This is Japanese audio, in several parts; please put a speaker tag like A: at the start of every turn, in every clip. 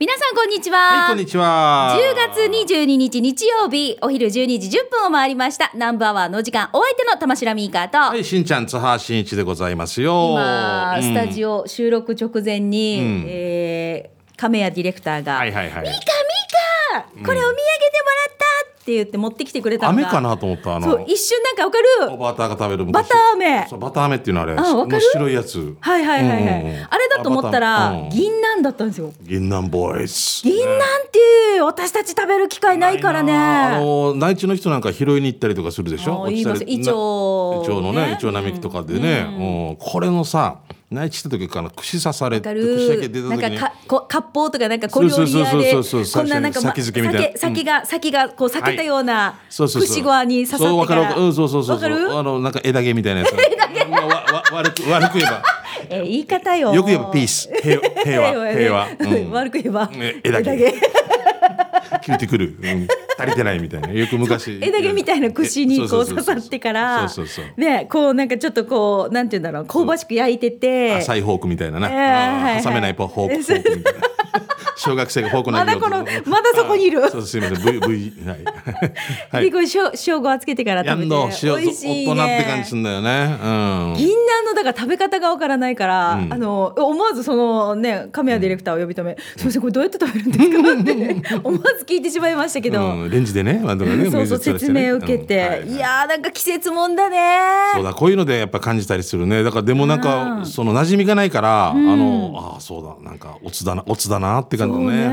A: 皆さんこんにちは、
B: はい、こんにちは。
A: 10月22日日曜日お昼12時10分を回りましたナンバーワーの時間お相手の玉城ミーカーと、
B: はい、しんちゃん、津波しんいちでございますよ。
A: 今、
B: うん
A: スタジオ収録直前に、えー亀谷ディレクターが「
B: はいはいはい
A: ミカミカこれお土産でもらった!」って言って持ってきてくれたの
B: 飴
A: が
B: かなと思った、あ
A: そう
B: の、
A: 一瞬なんかわか
B: お
A: る
B: バターが食べる
A: バ
B: 昔
A: ター飴
B: そう、バター飴っていうのあれ、
A: あわかる
B: の白いやつ。
A: はいはいはいはい、
B: うんうんうん
A: あれだと思ったら、
B: あバターうん
A: 銀杏だったんですよ
B: 銀杏ボーイス。
A: 銀杏って私たち食べる機会ないからね
B: あの内地の人なんか拾いに行ったりとかするでし
A: あー
B: ょ。落ちたり
A: 言いますイチョウ
B: イチョウのね
A: ね、
B: イチョウ並木とかでね、うんこれのさ、内地した時から串刺され
A: わか
B: て、串だけ
A: る
B: 出た
A: なん
B: 時
A: か
B: に。
A: かこ割烹とかなんか小料理屋で
B: そうそうそうそうそう
A: こんななんか、ま、
B: 先付けみたいな
A: 酒先が先がこう避けたような
B: そうそうそう
A: 串ごに刺さってか
B: そうわ
A: ら
B: かるうんそうそうそうそう
A: わかる
B: あのなんか枝毛みたいなやつ枝毛わわ悪く悪く言えば
A: えー言い方よ
B: よく言えばピース平和平和
A: ね
B: 平和、うん
A: 悪く言えば
B: ね枝毛聞いてくる、うん、足りてないみたいなよく昔
A: 枝毛みたいな串にこう刺さってから
B: そうそうそう
A: ねこうなんかちょっとこうなんて言うんだろう香ばしく焼いてて
B: 浅いフォークみたいなな、
A: えーはいは
B: あ
A: い
B: ー挟めないフォークフォ ークみたいな小学生がフォーク
A: ま
B: 投げ
A: だ
B: ようと
A: このまだそこにいる
B: あーそうすみません V V はい は
A: で
B: い
A: こうしょ塩ごはつけてから
B: や
A: 食べ
B: ん
A: て
B: の塩
A: 美味しいね
B: 大人って感じすんだよねうん
A: 銀杏のだから食べ方がわからないから、あの思わずそのね亀谷ディレクターを呼び止め、すみませんこれどうやって食べるんですかって思わず聞いてしまいましたけど、
B: うん、レンジでね、まあ、とかね
A: そうそう
B: 水垂らし
A: 説
B: てね
A: 明を受けて、
B: うんはいいはい
A: やーなんか季節もんだね
B: そうだこういうのでやっぱ感じたりするねだからでもなんか、
A: うん
B: その馴染みがないから、あのあーそうだなんかおつだなおつだなって感じだ
A: そう
B: ね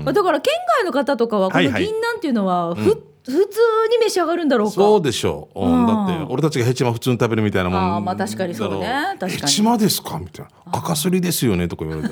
B: うん
A: まあだから県外の方とかはこの
B: はい
A: 銀
B: はい
A: 杏っていうのはふ、普通に召し上がるんだろうか
B: そうでしょう、うん
A: うん
B: だって俺たちがヘチマ普通に食べるみたいなもん
A: あーまあ確かにそうね
B: だろ
A: 確かに
B: ヘチマですかみたいな赤すりですよねとか言われ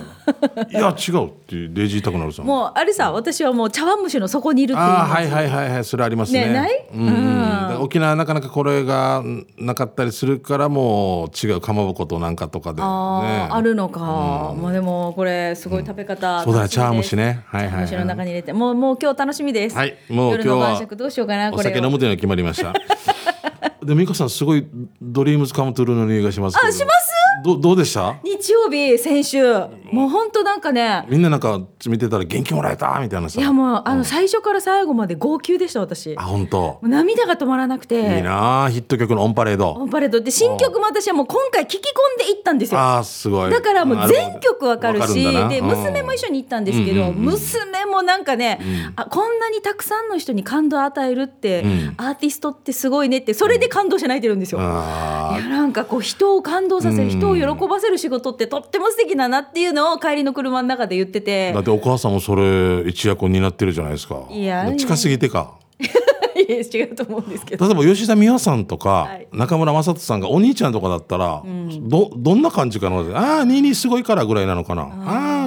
B: たら いや違うっていうレジ痛くなるさ
A: もうあれさ私はもう茶碗蒸しの底にいるっていう
B: ああはいはいはいはいそれありますね
A: ねない
B: うんうんだから沖縄はなかなかこれがんなかったりするからもう違うかまぼことなんかとかで、ね、
A: あーあるのか、まあでもこれすごい食べ方、
B: そうだ
A: 楽みで
B: ね
A: す
B: 茶碗蒸しねはいはいはい
A: 茶碗蒸しの中に入れてもうもう今日楽しみです、
B: はい、もう今
A: 夜
B: 日
A: の晩
B: は
A: 酌どうしようかな
B: お
A: これ
B: 酒
A: を
B: 飲むというのが決まりました。 で美香さんすごいドリームズカムトゥルーの匂いがしますけど。
A: あします。
B: どどうでした？
A: 日曜日先週もう本当なんかね
B: みんななんか見てたら元気もらえたみたいないさ。
A: やもうあの最初から最後まで号泣でした私
B: あ
A: も
B: 本当。
A: う涙が止まらなくて
B: いいなあヒット曲のオンパレー
A: オ
B: ド。
A: ンパレードで新曲も私はもう今回聞き込んでいったんですよ
B: あーすごい。
A: だからもう全曲わかるし
B: なほど
A: で娘も一緒に行ったんですけど、
B: うんうんうん
A: 娘もなんかね、あこんなにたくさんの人に感動を与えるって、
B: ん
A: アーティストってすごいねってそれで感動して泣いてるんですよ。
B: うん
A: い
B: あ
A: やなんかこう人を感動させる、
B: うん
A: 人を喜ばせる仕事ってとっても素敵だなっていうのを帰りの車の中で言って
B: ー
A: て
B: だってお母さんもそれ一役を担ってるじゃないですか。
A: いや
B: 近すぎてか。
A: いや違うと思うんですけど
B: 例えば吉田美和さんとか
A: はい
B: 中村雅人さんがお兄ちゃんとかだったら、どどんな感じかなああニーニーすごいからぐらいなのかなああ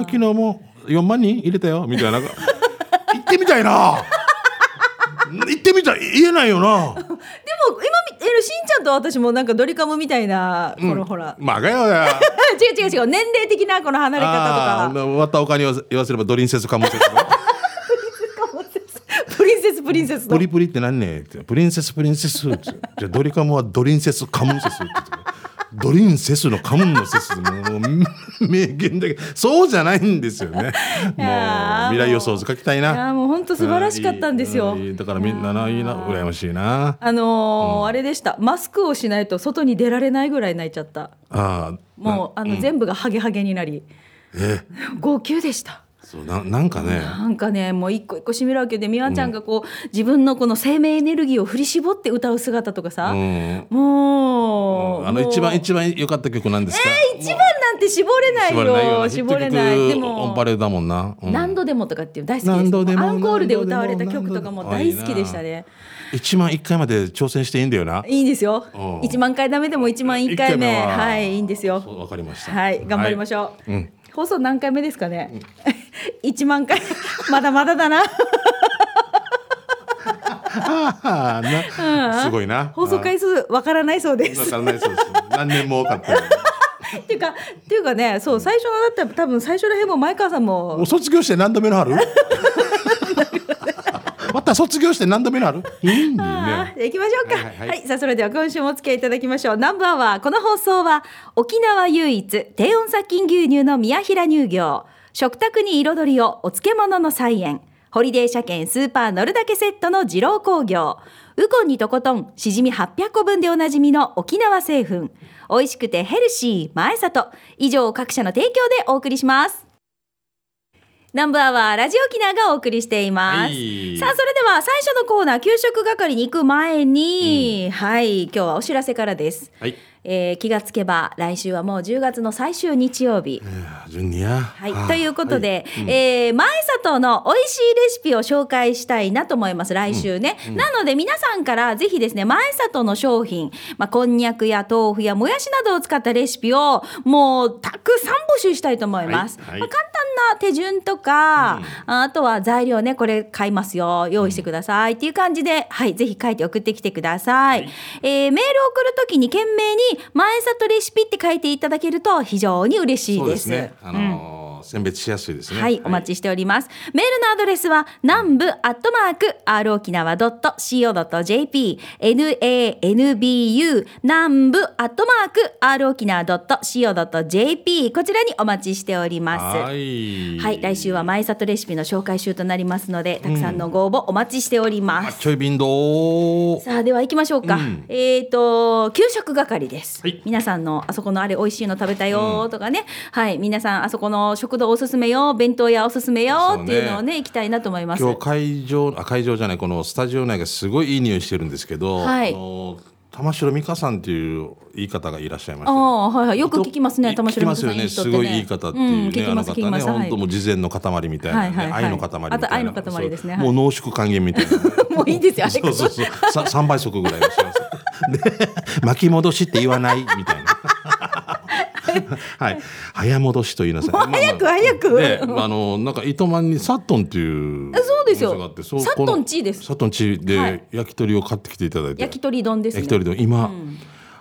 B: ー昨日も4万人入れたよみ たいな行ってみたいな行ってみたい言えないよな
A: でも今見てるしんちゃんと私もなんかドリカムみたいなこ のほら、
B: まがよや
A: 違う違う違う年齢的なこの離れ方と
B: あ
A: か
B: ー終わったお金を言わせればドリンセスかもしれない
A: プリンセスプリンセスの
B: プリプリって何ねってプリンセスプリンセスってじゃあドリカムはドリンセスカムンセスって言ってドリンセスのカムンのセスもう名言だけどそうじゃないんですよねもう
A: やー
B: 未来予想図書きたい
A: いや
B: な
A: ーもう本当素晴らしかったんですよ。
B: ういいだからみんなないいな羨ましいな
A: あのーあれでしたマスクをしないと外に出られないぐらい泣いちゃった
B: あーな
A: もうあの全部がハゲハゲになり、
B: え
A: 号泣でした
B: そうななんかね
A: なんかねもう一個一個しみるわけで美和ちゃんがこう、自分のこの生命エネルギーを振り絞って歌う姿とかさ、
B: うん
A: もう
B: あの一番
A: もう
B: 一番良かった曲なんですか
A: 一番なんて絞れない
B: 絞れないよ
A: よ
B: な
A: 絞れない
B: ヒ
A: で
B: ット曲オン
A: も
B: パレードだもんな、うん
A: 何度でもとかっていう大好きです
B: 何度でも
A: アンコールで
B: 何度で
A: 歌
B: も
A: われた曲とかも大好きでしたね
B: 一万一回まで挑戦していいんだよない
A: いんですよ
B: うん
A: 1万回ダメでも1万1回目
B: は
A: はいいいんですよ
B: そうわかりました。
A: はい、頑張りまし
B: ょ
A: ょう。
B: うん
A: 放送何回目ですかね。 一、万回、 まだまだだな。
B: う。な、すごいな。
A: 放送回数わからないそうで
B: あ。わ
A: す。
B: からないそうです。何年も多かったよ。
A: っていうか、っていうかね、そう、最初のだったら、多分最初らへんも前川さん
B: も
A: も
B: う。卒業して何度目の 春？また卒業して何度目の春？いいんだよ
A: あ
B: ね。
A: ー行きましょうか、は
B: はいいはいはい
A: さあそれでは今週もお付き合いいただきましょうナンバーワーこの放送は沖縄唯一低温殺菌牛乳の宮平乳業食卓に彩りをお漬物の菜園ホリデー車検スーパー乗るだけセットの二郎工業ウコンにとことんしじみ800個分でおなじみの沖縄製粉美味しくてヘルシー前里以上各社の提供でお送りしますナンバーはラジオキナがお送りしています、
B: はい
A: さあそれでは最初のコーナー給食係に行く前に、はい今日はお知らせからです、
B: はい。
A: えー気がつけば来週はもう10月の最終日曜日、
B: 順にや。
A: はい
B: あ、
A: ということで、えー前里の美味しいレシピを紹介したいなと思います来週ね、なので皆さんからぜひですね前里の商品、まあ、こんにゃくや豆腐やもやしなどを使ったレシピをもうたくさん募集したいと思います、
B: はいはい
A: まあ簡単な手順とか、あとは材料ねこれ買いますよ用意してくださいっていう感じで、はい、ぜひ書いて送ってきてください、えーメールを送るときに懸命に「前里レシピ」って書いていただけると非常に嬉しい
B: そう
A: で
B: ですすね。あのー選別しやすいですね。
A: はい、お待ちしております。メールのアドレスは、南部アットマーク、r 沖縄 .co.jp、nanbu、南部アットマーク、r 沖縄 .co.jp、こちらにお待ちしております。
B: はい。
A: はい、来週は前里レシピの紹介集となりますので、たくさんのご応募お待ちしておりま
B: あ
A: す。
B: ちょい便道。
A: さあでは行きましょうか、
B: うん
A: えっ、と給食係です、
B: はい
A: 皆さんのあそこのあれ美味しいの食べたよとかね、はい皆さんあそこの食堂おすすめよ弁当屋おすすめよっていうのをね行きたいなと思います
B: 今日会場あ会場じゃないこのスタジオ内がすごいいい匂いしてるんですけど、
A: はい
B: あの玉城美香さんっていう言い方がいらっしゃいまし
A: あ
B: たね。
A: あはいはいよく聞きますね
B: い
A: 玉城美香さん
B: 聞きますよね。す
A: 人っ
B: ご
A: て
B: い
A: ね
B: いい方って
A: う
B: い
A: ん
B: うね、
A: 聞き
B: あ
A: ま
B: の
A: す
B: 方
A: 聞きま
B: ね、
A: す、はい
B: 本当もう慈善の塊みたいなね、
A: はいはいはい
B: 愛の塊みたいな。
A: あと愛の塊ですね
B: そう
A: はい
B: もう濃縮還元みたいなね。
A: もういいですよあれ
B: そうそうそう。さ三倍速ぐらいの幸せ。で、巻き戻しって言わないみ たいな。はい、早戻しと言いなさい。
A: 早く早く
B: で、あのなんか糸満にサットンっていう
A: えそうですよ
B: お店があってそう
A: サットン
B: この
A: チーです
B: サットンチー
A: は
B: で
A: い
B: 焼き鳥を買ってきていただいて。
A: 焼き鳥丼ですね
B: 焼き鳥で今、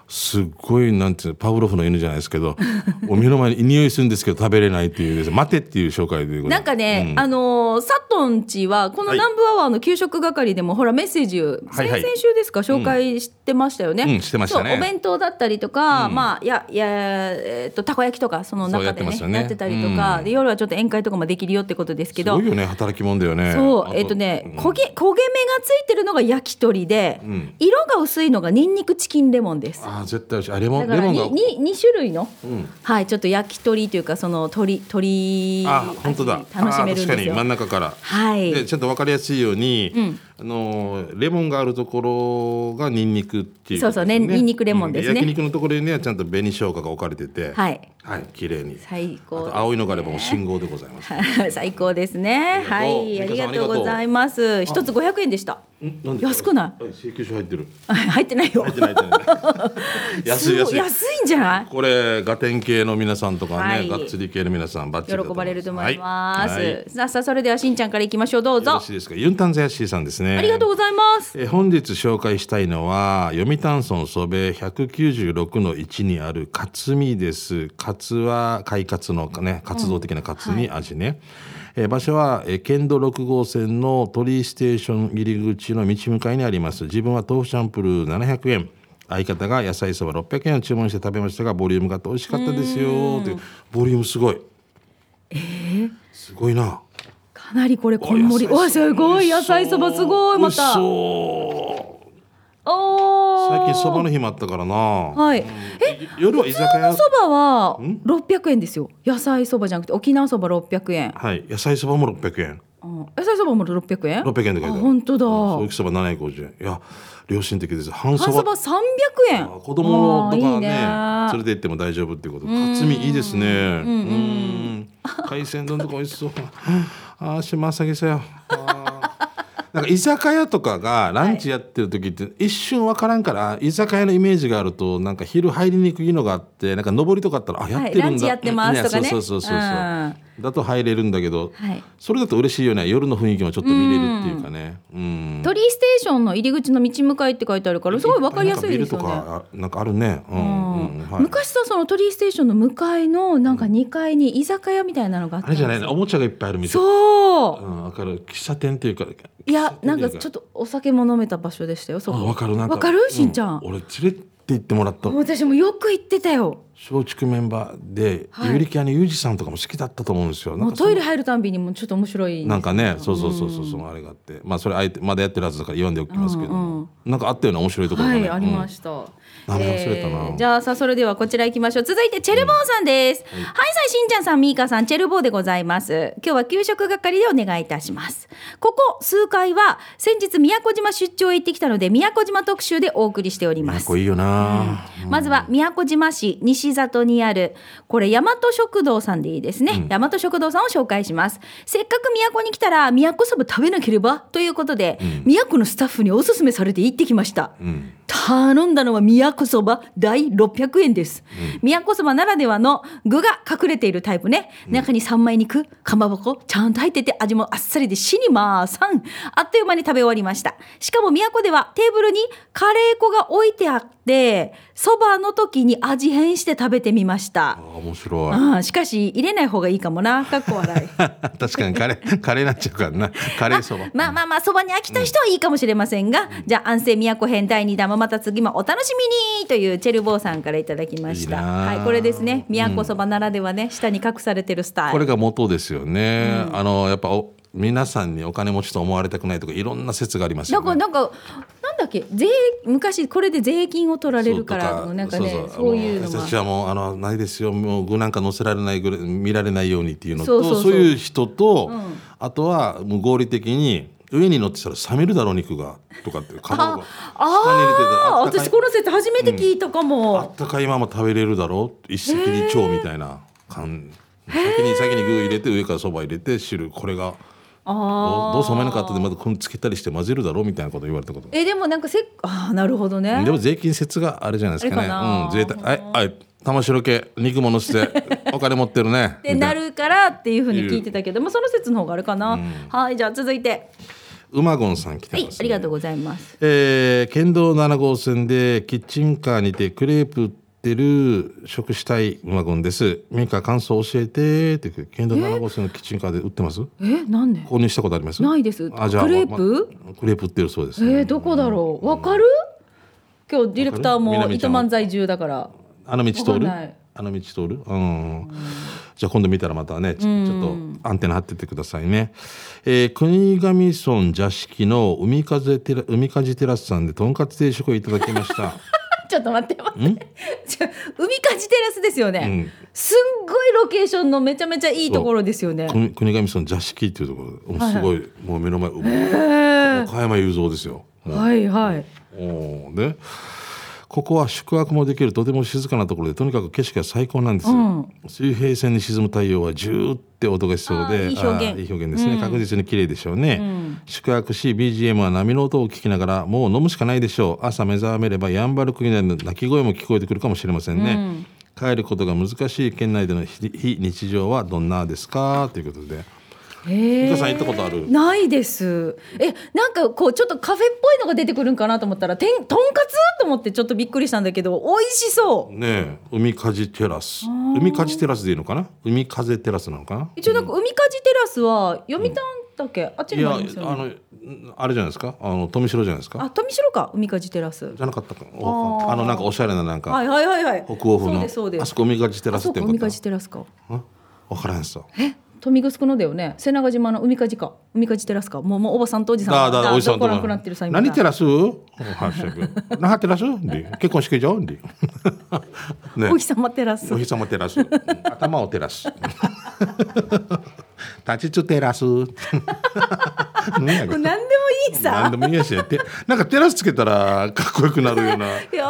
B: すっごいなんていうのパブロフの犬じゃないです けどお目の前に匂いするんですけど食べれないっていうですね待てっていう紹介で
A: なんかね、あのーサトンチはこの
B: はい
A: 南部アワーの給食係でも、ほらメッセージを
B: は
A: 先
B: いはい
A: 々週ですか、紹介してましたよね、
B: うんうんしてましたね
A: そうお弁当だったりとか、まあいやいやえーっとたこ焼きとかその
B: そう
A: 中
B: やって
A: で
B: ま
A: ね
B: す
A: や
B: よ
A: っ
B: ね
A: てたりとか、
B: うん
A: で夜はちょっと宴会とかもできるよってことですけ
B: すご
A: ど
B: い。よね働き者だよね
A: そう
B: あ
A: えーっとね焦げ焦げ目がついてるのが焼き鳥で、
B: ん
A: 色が薄いのがニンニクチキンレモンです。
B: あー絶対美味しいあレモ
A: だ
B: ン
A: か
B: レ
A: ら
B: モンが
A: にに二種類の、
B: ん
A: はいちょっと焼き鳥というかその鳥鳥
B: あ本当だ
A: 味楽しめるん
B: あー確か
A: です
B: に
A: よ
B: 真。ん中から
A: はい。
B: でちゃんと分かりやすいように、あのーレモンがあるところがニンニクっていうことですよ、
A: そうそうねニンニクレモンですね
B: うん焼肉のところにはちゃんと紅生姜が置かれてて
A: はい、
B: はい、綺麗に
A: 最
B: あ
A: 高です
B: と青いのがあればもう信号でございま す、
A: 最高ですね。は
B: あり
A: い、あ
B: が
A: り
B: とう美香さん
A: がとうございます。一つ500円でした。
B: んなんで
A: 安くない
B: 請求書入ってる
A: あ入ってないよ
B: 入っ。てない入ってない安い
A: すご
B: 安い
A: 安いんじゃない
B: これガテン系の皆さんとかね、
A: はい
B: がっつり系の皆さんバッ
A: 喜
B: チリだと思
A: ばれると思います。
B: はいはいよ
A: さあさあそれではしんちゃんからいきましょう。どう
B: ろ
A: ぞ
B: し。いですかユンタンザヤッシーさんですね
A: ありがとうございます。
B: えー本日紹介したいのは読谷村蘇米196の1にある勝見です勝は快活のね活動的な活に味ね、えー場所は、えー県道6号線の鳥居ステーション入り口の道向かいにあります自分は豆腐チャンプルー700円相方が野菜そば600円を注文して食べましたがボリュームがあって美味しかったですよというボリュームすごいすごいな
A: かなりこれこんもり。
B: お
A: おいすごい野菜そばすごい
B: 美
A: ま。
B: 味したそう
A: おお。
B: 最近そばの日もあったからな。
A: はい。え
B: 夜は居酒屋。
A: そばは600円ですよ。野菜そばじゃなくて沖縄そば600円。
B: はい、野菜そばも六百円。
A: うん野菜そばも600円。
B: 六百円で書いてあ
A: あ
B: る。
A: 本当だ
B: うんソーキそば七百五十円。いや、良心的です。半そ
A: 半そば
B: ば。
A: 300円。
B: 子供のとかね
A: あーいい
B: 連れて行っても大丈夫っていうこと。勝見いいですね。うん。海鮮丼とか美味しそう。ああ、島下げさよ。あーなんか居酒屋とかがランチやってる時って一瞬わからんから居酒屋のイメージがあるとなんか昼入りにくいのがあってなんか上りとかあったらあやっ
A: は
B: て
A: い、
B: るんだ、
A: ランチやってますとかね。
B: いやそうそうそうそうそう
A: うん
B: だと入れるんだけど、
A: はい
B: それだと嬉しいよね夜の雰囲気もちょっと見れるっていうかねうん
A: 鳥居ステーションの入り口の道向かいって書いてあるからすごいわかりやすいですよ
B: なん
A: ね。
B: かビルとかあなんかあるねう、
A: うん
B: うん
A: ん
B: はい、
A: 昔さその鳥居ステーションの向かいのなんか2階に居酒屋みたいなのがあっ
B: あ
A: たんです
B: れじゃ
A: よ
B: ないのおもちゃがいっぱいある店
A: そうう、
B: ん、わかる喫茶店っていうか
A: いやなんかちょ
B: っ
A: っとお酒も飲めた場所でしたよそ
B: あ
A: こ
B: わかるなんか
A: わかるしんちゃん
B: う俺連れて行ってもらった
A: もう私もよく行ってたよ
B: 松竹メンバーで、
A: はい
B: ゆりキャンのユージさんとかも好きだったと思うんですよな
A: も
B: ん
A: う
B: か
A: トイレ入るたんびにもうちょっと面白い
B: なんかねそうそうそうそうそのあれがあってまあそれあえてまだやってるはずだから読んでおきますけど、
A: うんうん
B: なんかあったような面白いところ
A: は
B: がね、
A: いありま
B: し
A: した、
B: 名前忘れたな
A: じゃあさあそれではこちら行きましょう続いてチェルボーンさんです、はいさいしんちゃんさんみーかさんチェルボーでございます今日は給食係でお願いいたしますここ数回は先日宮古島出張へ行ってきたので宮古島特集でお送りしており
B: た
A: ま
B: かっ
A: す
B: こいいよな、
A: まずは宮古島市西里にあるこれ大和食堂さんでいいですね、大和食堂さんを紹介しますせっかく宮古に来たら宮古そば食べなければということで、宮古のスタッフにおすすめされて行ってきました、頼んだのは宮古そば第600円です、宮古そばならではの具が隠れているタイプね中に三枚肉かまぼこちゃんと入ってて味もあっさりで死にまーさんあっという間に食べ終わりましたしかも宮古ではテーブルにカレー粉が置いてあってそばの時に味変して食べてみました
B: あ、面白い
A: うん、しかし入れない方がいいかもなかっこ笑い
B: 確かにカレー、 カレーになっちゃうからな。カレーそば。
A: まあまあまあそばに飽きた人はいいかもしれませんが、じゃあ安政都編第2弾もまた次もお楽しみにというチェルボーさんからいただきました
B: いいな
A: は
B: あ
A: いこれですね宮古そばならではね、下に隠されてるスタイル
B: これが元ですよね。あの、やっぱお、皆さんにお金持ちと思われたくないとか、いろんな説があります
A: な
B: よ
A: んか
B: ね。
A: なんかなんだっけ税昔これで税金を取られるからなんかねそういうの
B: 私たち
A: が
B: はもうあのないですよもう具なんか載せられないぐらい見られないようにっていうの
A: そう
B: と
A: そうそう
B: いう人と、あとはもう合理的に上に乗ってたら冷めるだろう肉がとかってかまぼこ下に入れてたら
A: ああ
B: あったかい
A: 私この説初めて聞いたか
B: あ
A: も、
B: ったかいまま食べれるだろう一石二鳥みたいな感先に先に具入れて上からそば入れて汁これがど
A: あ
B: うどう染めなかったでまたこのつけたりして混ぜるだろうみたいなこと言われたこと
A: あえでもなんか せっああなるほどね
B: でも税金節があれじゃないですか
A: あれ
B: ね
A: かな
B: うん贅沢はいはい玉城家肉ものして お金持ってるね
A: って
B: みた
A: ないるからっていうふうに聞いてたけどもその説の方があるかな、はいじゃあ続いて
B: 馬ゴンさん来て
A: はい、
B: ます、ね
A: ありがとうございます
B: えー県道7号線でキッチンカーにてクレープ売ってる食したい馬ゴンですメーカー感想教えてって県道7号線のキッチンカーで売ってます
A: えなんで
B: 購入したことあります
A: ないです
B: あじゃあ
A: クレープ
B: まクレープ売ってるそうです、
A: えー、どこだろうわかる今日ディレクター
B: わか
A: も
B: る南ち
A: 糸
B: ゃん
A: 満在住だから
B: あの道
A: わか
B: 通
A: ん
B: る
A: ない
B: あの道通るうんじゃあ今度見たらまたねちちょっとアンテナ張っててくださいね、えー国頭村座敷の海風テラ海風テラスさんでとんかつ定食をいただきました
A: ちょっと待って待って。ちょ海かじテラスですよね。
B: ん
A: すんごいロケーションのめちゃめちゃいいところですよね。
B: 国国頭村座敷っていうところもうすごい、もう目の前もう岡山雄三ですよ
A: はいはい。
B: おーでここは宿泊もできるとても静かなところでとにかく景色が最高なんです、水平線に沈む太陽はジューって音がしそう
A: あー
B: で
A: いい表現
B: あーいい表現ですね、確実に綺麗でしょうね、宿泊し BGM は波の音を聞きながらもう飲むしかないでしょう朝目覚めればやんばる国内の鳴き声も聞こえてくるかもしれませんね、帰ることが難しい県内での非非日常はどんなですかということで
A: へ
B: 美
A: え
B: 香さん行ったことある
A: ないです。え、なんかこうちょっとカフェっぽいのが出てくるんかなと思ったら、てんとんかつと思ってちょっとびっくりしたんだけど、美味しそう。
B: ねえ海風テラス海風テラスでいいのかな海風テラスなのかな
A: 一応なんか海かじテラスは読谷だっけ、あっち
B: い
A: に
B: や
A: も
B: あ
A: ありますよね。
B: のんあれじゃないですかあの富城じゃないですか
A: あ、富城か海かじテラス。
B: じゃなかったかわかんないあのなんかおしゃれななんか、
A: はいはいはいはい。
B: 北欧風
A: そう
B: の
A: ですそうです。
B: あそこ海がじテラ
A: あ
B: ス
A: そ
B: っ
A: う
B: て
A: か
B: よかっ
A: 海
B: た
A: かじテラスか。
B: ん分からんすよ
A: え富城のだよね瀬長島の海かじか海かじテラスかもうもうおばさんとおじさん
B: だだだおじさん
A: ど
B: と
A: こらんくなってる際
B: 何テ
A: ラ
B: ラスお話ししてる那覇テラスで結婚式場で ね
A: お日様テラス
B: お日様テラスうん頭を テラス立ちつテラス何やこ
A: もう
B: れ
A: 何でもいい
B: 何
A: さ
B: でもいいやしってなんかテラスつけたらかっこよくなるようない
A: や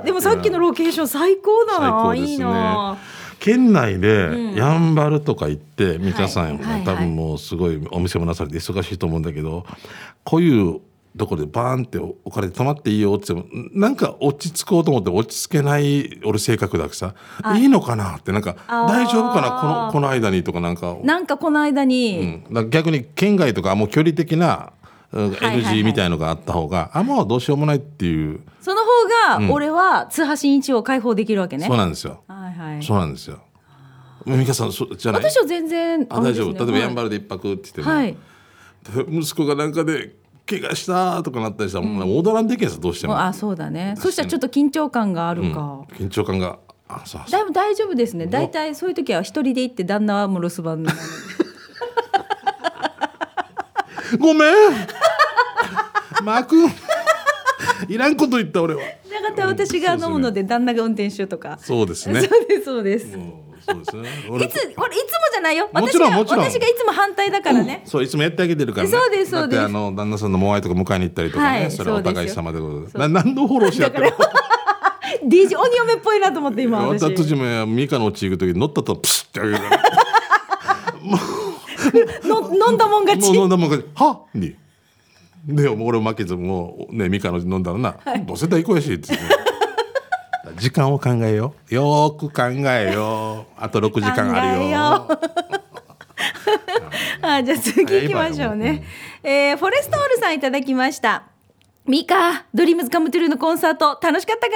A: ーでもさっきのロケーション最高だ
B: 最
A: な
B: 高ですね
A: いいな
B: 県内でやんばるとか行って三田さん、
A: はいはい
B: 多分もうすごいお店もなされて忙しいと思うんだけどこういうところでバーンってお金で泊まっていいよって言ってもなんか落ち着こうと思って落ち着けない俺性格だからさいいのかなってなんか
A: あー
B: 大丈夫かなこのこの間にとかなんか
A: なんかこの間
B: う
A: に、
B: ん、だから逆に県外とかもう距離的なうん
A: はいはいはい
B: NG みたいのがあった方が、あもうどうしようもないっていう、
A: その方が俺は津波真一を解放できるわけね、
B: そうなんですよ、
A: はいはい
B: そうなんですよ美香さんそうじゃない
A: 私は全然
B: あ大丈夫、例えばやんば
A: る
B: るで一泊って言っても、
A: はい、
B: 息子がなんかで怪我したとかなったりしたら、もうオーダーランできんすよどうして
A: もう
B: も
A: あそうだねそしたらちょっと緊張感があるか、
B: 緊張感がああそうそう
A: だ大丈夫ですね大体そういう時は一人で行って旦那はもう留守番なので
B: ごめんマー君いらんこと言った俺は
A: だから私が飲むので旦那が運転手とか
B: そうです
A: そう
B: ね
A: ですそうですいつ
B: うんそうですね
A: こ
B: 俺
A: れいつもじゃないよ
B: も
A: 私
B: ちろ
A: が
B: んもちろん
A: 私がいつも反対だからね、
B: そういつもやってあげてるからね
A: そうですそうです
B: だってあの旦那さんのモアイとか迎えに行ったりとかね、
A: はい
B: それはお互い
A: そうですよ
B: 様でございますな何のフォローしやってる
A: DJ 鬼嫁っぽいなと思って今私
B: 私たちもミカのうち行く時に乗ったとプスってあげるから
A: の飲んだもん勝
B: もう
A: ち
B: 飲んだもんが「はに。でもう俺も負けずもうねミカの飲んだらな「どうせ大行こうやし」っつって 時間を考えようよーく考えようあと6時間あるよ
A: 考あじゃあ次行きましょうね、えーフォレストオールさんいただきましたミカドリームズカムトゥルーのコンサート楽しかったか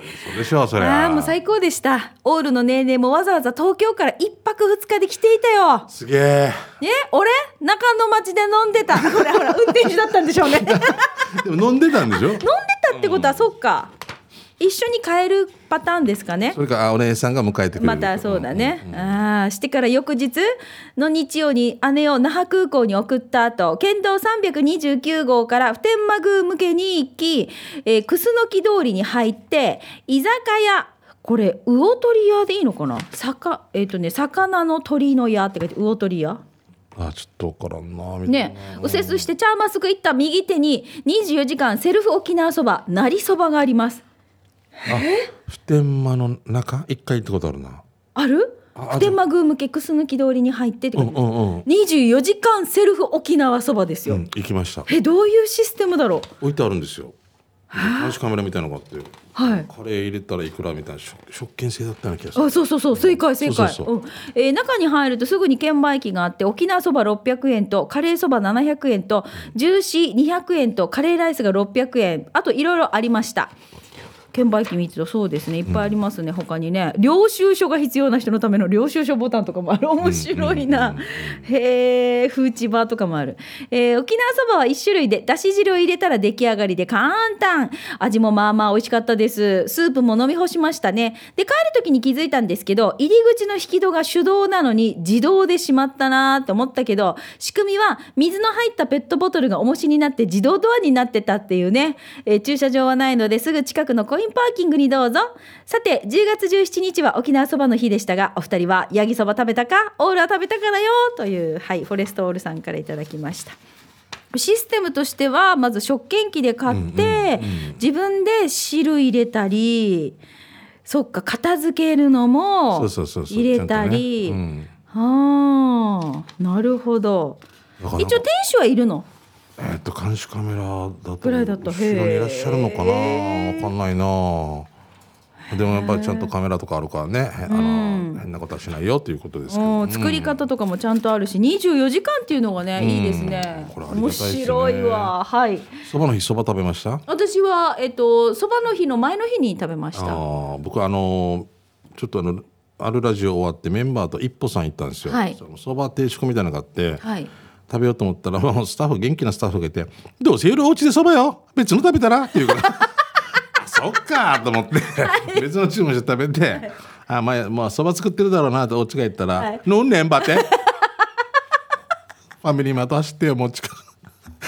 A: ーい
B: そうでしょうそれ
A: あ
B: は
A: あーもう最高でしたオールのネーネーもわざわざ東京から一泊二日で来ていたよ
B: すげえ
A: え俺中野町で飲んでたほらほら運転手だったんでしょう ね飲んで
B: でも飲んでたんでしょ
A: たってことはそっか一緒に帰るパターンですかね
B: それかあお姉さんが迎えてくれる
A: またそうだね、ああしてから翌日の日曜に姉を那覇空港に送った後県道329号から普天満宮向けに行き、えー、楠木通りに入って居酒屋これ魚取屋でいいのかな魚えっ、とね魚の鳥の屋って書いて魚取屋
B: あちょっと分からんなみたいな
A: ね、右折してチャーマスク行った右手に24時間セルフ沖縄そばなりそばがあります
B: あ普天間の中一回行ったことあるな
A: ある
B: あ
A: 普天満宮向け楠木通りに入ってって
B: う
A: 書い
B: ん
A: てある
B: うんうん、
A: 24時間セルフ沖縄そばです
B: う
A: よ、
B: ん、行きました
A: えどういうシステムだろう
B: 置いてあるんですよ監視カメラみたいなのがあって
A: はい
B: カレー入れたらいくらみたいな食食券制だったような気がする
A: あそうそうそう正解正解
B: そうそ
A: う
B: う
A: んえー中に入るとすぐに券売機があって沖縄そば600円とカレーそば700円とジューシー200円とカレーライスが600円あといろいろありました券売機見るとそうですねいっぱいありますね、他にね領収書が必要な人のための領収書ボタンとかもある面白いな、へえフーチバーとかもある、えー沖縄そばは1種類でだし汁を入れたら出来上がりで簡単味もまあまあ美味しかったですスープも飲み干しましたねで帰る時に気づいたんですけど入り口の引き戸が手動なのに自動でしまったなーと思ったけど仕組みは水の入ったペットボトルが重しになって自動ドアになってたっていうね、えー駐車場はないのですぐ近くのコインパーキングにどうぞさて10月17日は沖縄そばの日でしたがお二人はヤギそば食べたかオールは食べたかだよというはいフォレストオールさんからいただきましたシステムとしてはまず食券機で買って、自分で汁入れたりそっか片付けるのも
B: そうそうそうそう
A: 入れたり、
B: ちゃんとね
A: ああなるほど
B: だから
A: 一応店主はいるの
B: えーっと監視カメラだと
A: ぐらいだった
B: 後ろにいらっしゃるのかな
A: へー
B: わかんないなでもやっぱりちゃんとカメラとかあるからねへあの変なことはしないよということですけど
A: うん作り方とかもちゃんとあるし、24時間っていうのがね、いいですね
B: これありがたい
A: 面
B: ですね
A: 白いわはい
B: そばの日そば食べました
A: 私はえっとそばの日の前の日に食べましたは
B: ああ僕あのーちょっとあのあるラジオ終わってメンバーと一歩さん行ったんですよ、
A: はい
B: そば定食みたいなのがあって、
A: い
B: 食べようと思ったらもうスタッフ元気なスタッフがいて「どうせ夜お家でそばよ別の食べたら」って言うから あ「そっか」と思って、別の注文して食べて「あまあまあそば作ってるだろうな」とお家が言ったら「
A: はい
B: 飲んねんばって」ファミリーマート走ってよもう近く、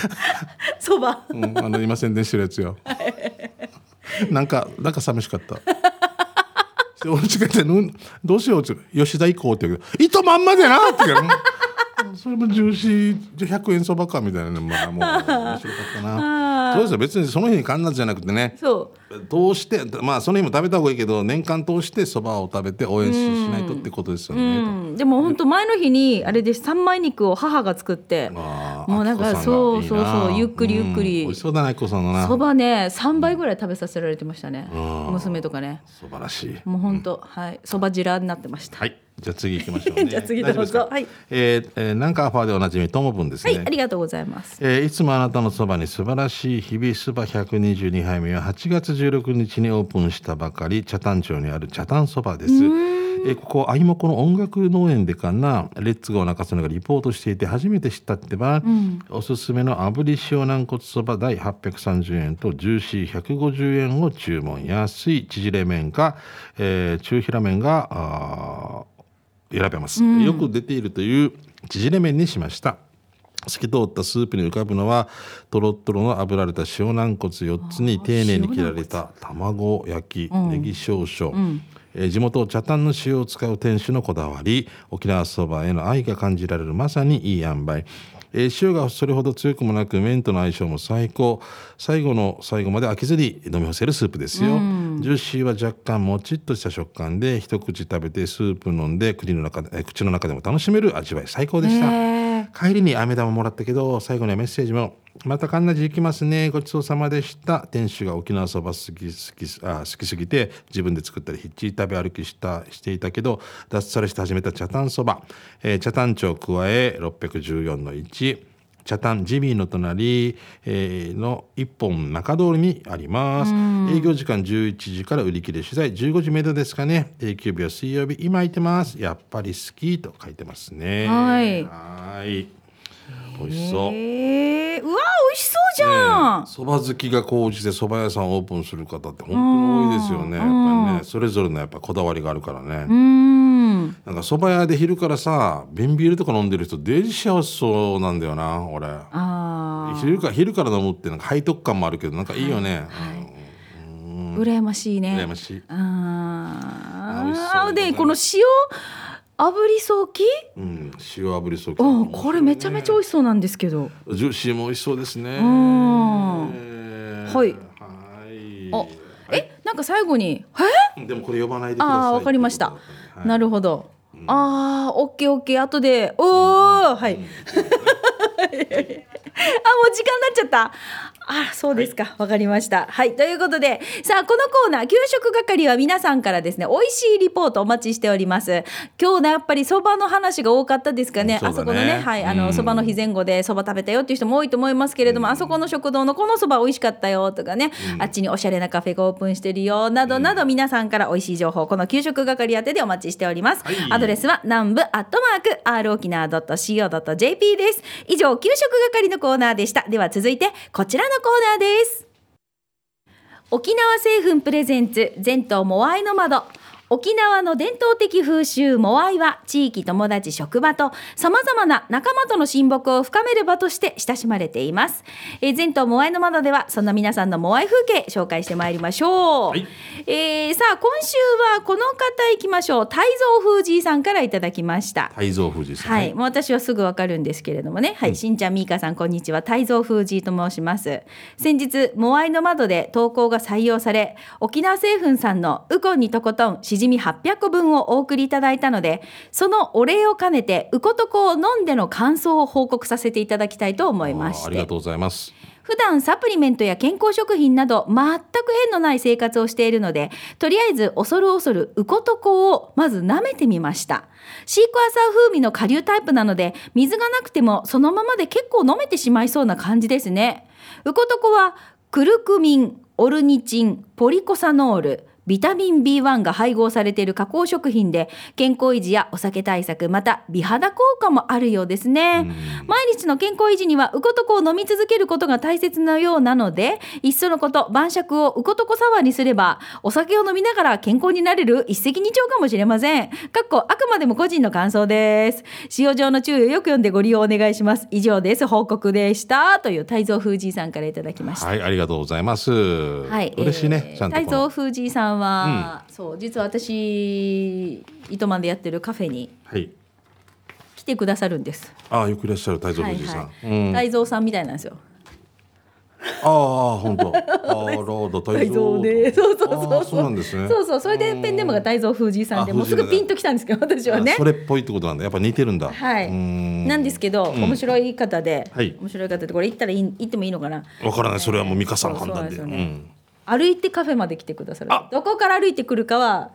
A: そば
B: うん、あの今宣伝してるやつよ なんかなんか寂しかった。で俺近くでうん「どうしよう」って言う吉田行こう」って言うけど「糸まんまでな」って言うからうんそれもジューシーじゃ100円そばかみたいなねまあもう面白かった なそうですよ別にその日に必ずじゃなくてね
A: そう
B: 通してまあその日も食べた方がいいけど年間通してそばを食べて応援ししないとってことですよ
A: う
B: ね
A: ん、でも本当前の日にあれです三枚肉を母が作って
B: あー
A: もうなん
B: あき
A: か
B: こさ
A: そう
B: がいい
A: そう
B: な
A: そうゆっくりゆっく
B: うん美
A: り
B: 味しそうだなあきこさんのな
A: そ
B: 素
A: ばね3倍ぐらい食べさせられてましたね娘とかね
B: 晴らしい
A: もう本当はいそばじらになってました
B: はいじゃあ次行きましょうね
A: じゃあ次どうぞ
B: 大丈夫ですか
A: はい
B: えーえーなんかアファーでおなじみともぶんです
A: は
B: ね
A: いありがとうございます
B: えーいつもあなたのそばに素晴らしい日々スバ122杯目は8月16日にオープンしたばかり茶炭町にある茶炭そばです、ええここあいもこの音楽農園でかなレッツゴー中曽根がリポートしていて初めて知ったってば、おすすめの炙り塩軟骨そば第830円とジューシー150円を注文安い縮れ麺か、えー中平麺があー選べます、よく出ているという縮れ麺にしました透き通ったスープに浮かぶのはとろっとろの炙られた塩軟骨4つに丁寧に切られた卵焼き、ネギ少々、えー地元茶炭の塩を使う店主のこだわり沖縄そばへの愛が感じられるまさにいい塩梅えー塩がそれほど強くもなく麺との相性も最高最後の最後まで飽きずに飲み干せるスープですよ、ジューシーは若干もちっとした食感で一口食べてスープ飲んで口の中でえー口の中でも楽しめる味わい最高でした、帰りに飴玉もらったけど最後にはメッセージも「またカンナジ行きますねごちそうさまでした」店主が沖縄そば好き好きあ好きすぎて自分で作ったりひっちり食べ歩きしたしていたけど脱サラして始めた茶炭そば、えー、茶炭町加え614の1茶炭ジビーの隣、えーの一本中通りにあります営業時間11時から売り切れ取材15時メドですかね定休日は水曜日今空いてますやっぱり好きと書いてますね
A: はい
B: はーい。美味しそう。ね
A: えー、うわ美味しそうじゃん、
B: えそば好きが高じてそば屋さんをオープンする方って本当に多いですよね。やっぱりね、それぞれのやっぱこだわりがあるからね。
A: うん
B: なんかそば屋で昼からさ、瓶ビールとか飲んでる人デジ幸せそうなんだよな、俺。
A: あ
B: 昼から昼から飲むってなんか背徳感もあるけどなんかいいよね。
A: ー羨ましいね
B: 羨ましい美味し
A: あ
B: そ
A: ー
B: うでございます
A: でこの塩炙りそうき
B: うん、うん塩炙りそば。
A: うんこれめちゃめちゃ美味しそうなんですけど
B: ジューシーも美味しそうですね。
A: ん
B: えー
A: はい
B: はい。
A: あえなんか最後に「え
B: でもこれ呼ばないでください。
A: ああわかりました、
B: はい
A: なるほど、ああオッケーオッケー後でおおはい あもう時間になっちゃったあそうですかわ、かりましたはいということでさあこのコーナー給食係は皆さんからですね美味しいリポートお待ちしております今日ねやっぱりそばの話が多かったですかね
B: そうだね
A: あそこのねはいあ
B: う
A: の
B: ん
A: そばの日前後でそば食べたよっていう人も多いと思いますけれども、あそこの食堂のこのそば美味しかったよとかね、あっちにおしゃれなカフェがオープンしてるよなどなど皆さんから美味しい情報この給食係宛てでお待ちしております、
B: はい
A: アドレスは南部アットマーク r 沖縄 .co.jp です以上給食係のコーナーでしたでは続いてこちらのコーナーです沖縄製粉プレゼンツ全島モアイの窓沖縄の伝統的風習モアイは地域友達職場と様々な仲間との親睦を深める場として親しまれています。えー、前頭モアイの窓ではそんな皆さんのモアイ風景紹介してまいりましょう。
B: はい
A: えーさあ今週はこの方いきましょう。泰造風じいさんからいただきました。
B: 泰造富士さん。
A: はい、もう私はすぐわかるんですけれどもね、はい、しんちゃん、みーかさん、こんにちは、泰造風じいと申します。先日、モアイの窓で投稿が採用され、沖縄製粉さんのウコンにとことんしじみ800個分をお送りいただいたので、そのお礼を兼ねて、ウコトコを飲んでの感想を報告させていただきたいと思いまして。
B: ありがとうございます。
A: 普段サプリメントや健康食品など全く縁のない生活をしているのでとりあえず恐る恐るウコトコをまず舐めてみましたシークワーサー風味の顆粒タイプなので水がなくてもそのままで結構飲めてしまいそうな感じですねウコトコはクルクミンオルニチンポリコサノールビタミン B1 が配合されている加工食品で健康維持やお酒対策また美肌効果もあるようですね、毎日の健康維持にはウコトコを飲み続けることが大切なようなのでいっそのこと晩酌をウコトコサワーにすればお酒を飲みながら健康になれる一石二鳥かもしれませんかっこあくまでも個人の感想です使用上の注意をよく読んでご利用お願いします以上です報告でしたという泰造風じいさんからいただきました
B: はい、ありがとうございます。はい嬉しいね、
A: えー
B: ちゃんとこ
A: 泰
B: の。
A: 造風じいさんは、そう実は私糸満でやってるカフェに
B: はい。
A: 来てくださるんです
B: ああ、よくいらっしゃる泰造富士さん。
A: はい
B: うん、
A: はい泰造さんみたいなんですよ
B: ああ、本当。ああ、ロード泰
A: 泰
B: 造
A: 造でそうそう
B: あ
A: そ
B: あ
A: う
B: そうなんですね。
A: そうそうそれでペンネームが泰造風じいさんで
B: あ
A: もうすぐ
B: 風じ
A: ピ
B: い
A: ンときたんですけど私はね
B: あそれっぽいってことなんだ。やっぱ似てるんだ。
A: はい
B: うん。
A: なんですけど、面白い方で、
B: はい
A: 面白い方でこれ言ったらいい言ってもいいのかな
B: わからない。それはもう美香さんの判断で。
A: そううそうですよね
B: ん。
A: 歩いてカフェまで来てくださる
B: あ
A: どこから歩いてくるかは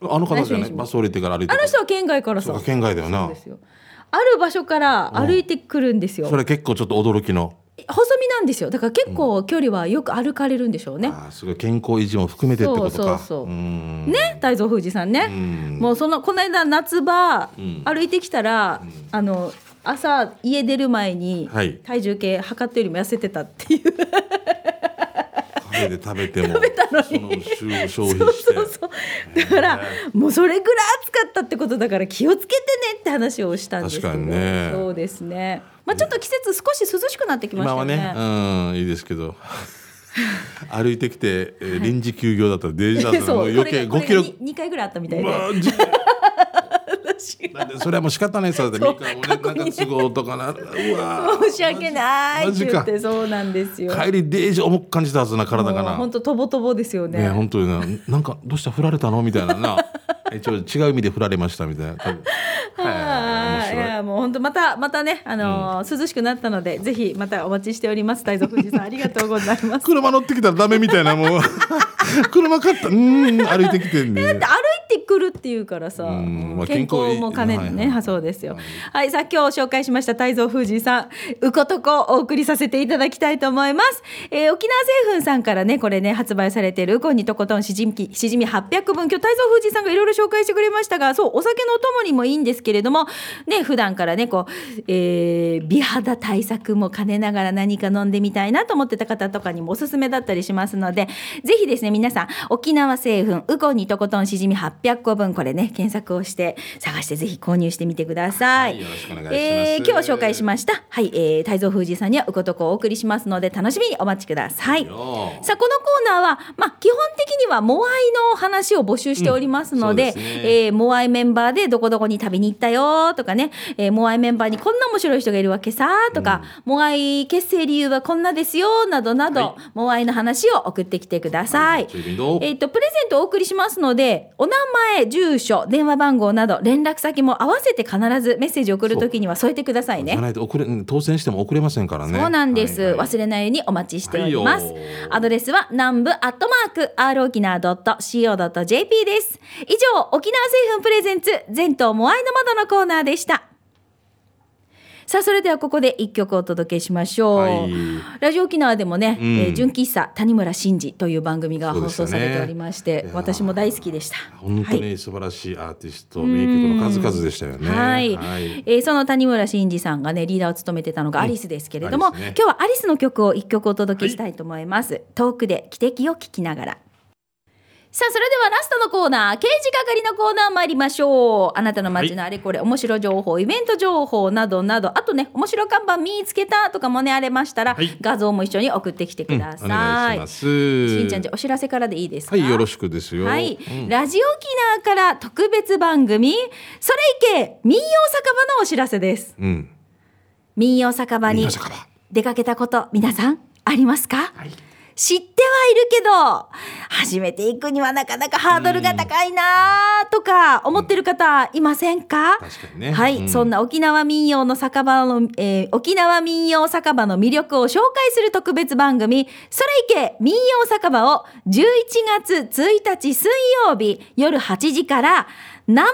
B: あの方じゃ
A: 大丈
B: ない。
A: 夫
B: バス降りてから歩いて
A: あ
B: くる。
A: の人は県外からさ
B: そうか県外だよ
A: そ
B: な
A: うで。すよある場所から歩いてくるんですよ、
B: それ結構ちょっと驚きの。
A: 細身なんですよだから結構距離はよく歩かれるんでしょうね、
B: ああすごい健康維持も含めてってことか
A: そうそうそう
B: うん
A: ね太蔵富士さんね、
B: うん
A: もうそのこの間夏場、
B: うん
A: 歩いてきたら、あの朝家出る前に
B: はい
A: 体重計測ったよりも痩せてたっていう、
B: カフェで食べてもその消
A: そう
B: 費して
A: そうそう だからもうそれぐらい暑かったってことだから気をつけてねって話をしたんですけど
B: 確かにね
A: そうですねまあちょっと季節少し涼しくなってきました
B: 今
A: よ
B: は
A: ね
B: ね うんいいですけど 歩いてきて、えー臨時休業だったらデジタ ル
A: そう
B: もう余
A: これ
B: 計
A: がこれ
B: 5
A: が
B: キロ
A: に二回ぐらいあったみたいで、
B: うわーじ
A: 私が
B: なんでそれはもう仕方ないですよだって
A: そう
B: 3日
A: 過去
B: もね
A: にね
B: なんか都合とかなうわー
A: 申し訳ないって言っ
B: マジ
A: てそうなんですよ
B: 帰りデージ重く感じたはずな体が
A: もう
B: な
A: 本当とぼとぼですよね
B: ね本当にななんかどうした振られたのみたい なな一応違う意味で振られましたみたいな多分
A: はい、いやもう本当またまたねあのー涼しくなったのでぜひまたお待ちしております太蔵富士さんありがとうござい ます。
B: 車乗ってきたらダメみたいなもう 車買ったうーん歩いてきて んね
A: 歩いてくるっていうからさ、
B: んまあ
A: 健康
B: 健康
A: も兼ねてね、
B: はいはい
A: あそうですよ。はい、さあ今日紹介しました太蔵富士さん、うことこをお送りさせていただきたいと思います。えー沖縄製粉さんからね、これね、発売されているうこにとことんしじみきしじみ800分、今日太蔵富士さんがいろいろ紹介してくれましたが、そう、お酒のお供にもいいんですけれども、 ね、普段からね、こう、えー美肌対策も兼ねながら何か飲んでみたいなと思ってた方とかにもおすすめだったりしますので、ぜひですね、皆さん、沖縄製粉、ウコンにとことんしじみ800個分、これね、検索をして、探してぜひ購入してみてください。
B: はいよろしくお願いします
A: えー今日紹介しました、はい、えー、太蔵富士さんにはウコとこをお送りしますので、楽しみにお待ちください。
B: よ
A: さあこのコーナーは、まあ、基本的にはモアイの話を募集しておりますので,、
B: うんそうですね
A: えーモアイメンバーでどこどこに旅に行ったよとかね、えーモアイメンバーにこんな面白い人がいるわけさとか、モアイ結成理由はこんなですよなどなど、
B: は
A: モアイの話を送ってきてください。
B: 中瓶どう
A: えっとプレゼントをお送りしますのでお名前住所電話番号など連絡先も合わせて必ずメッセージを送るときには添えてください
B: じ
A: ね
B: ゃ。ないと遅れ当選しても遅れませんからね
A: そうなんです、
B: はいはい
A: 忘れないようにお待ちしております、
B: はいよ
A: アドレスは南部アットマーク r 沖縄 .co.jp です以上沖縄製粉プレゼンツ全島モアイの窓のコーナーでしたさあそれではここで一曲お届けしましょう、
B: はい
A: ラジオ沖縄でもね、
B: ん
A: えー純喫茶谷村新司という番組が放送
B: そうでした
A: さ
B: ね
A: れておりまして、
B: いやー
A: 私も大好きでした
B: 本当に素晴らしいアーティスト、名曲の数々でしたよね。
A: はい、
B: はい
A: えーその谷村新司さんがねリーダーを務めてたのがアリスですけれども、
B: アリスね
A: 今日はアリスの曲を一曲お届けしたいと思います、遠くで汽笛を聞きながらさあそれではラストのコーナー刑事係のコーナー参りましょうあなたの街のあれこれ、面白情報イベント情報などなどあとね面白看板見つけたとかもねあれましたら、
B: はい
A: 画像も一緒に送ってきてくだ
B: お願
A: さ
B: い
A: い,、
B: します。
A: しんちゃんじゃあお知らせからでいいですか
B: はい、よろしくですよ。
A: はい、
B: うん
A: ラジオ沖縄から特別番組「それいけ民謡酒場」のお知らせです
B: うん。
A: 民謡酒場に
B: 宮坂は
A: 出かけたこと皆さんありますか、知ってはいるけど初めて行くにはなかなかハードルが高いなとか思ってる方いませんか、
B: 確かにね。
A: はい、
B: うん
A: そんな沖縄民謡の酒場の、えー沖縄民謡酒場の魅力を紹介する特別番組「それいけ民謡酒場」を11月1日水曜日夜8時から生放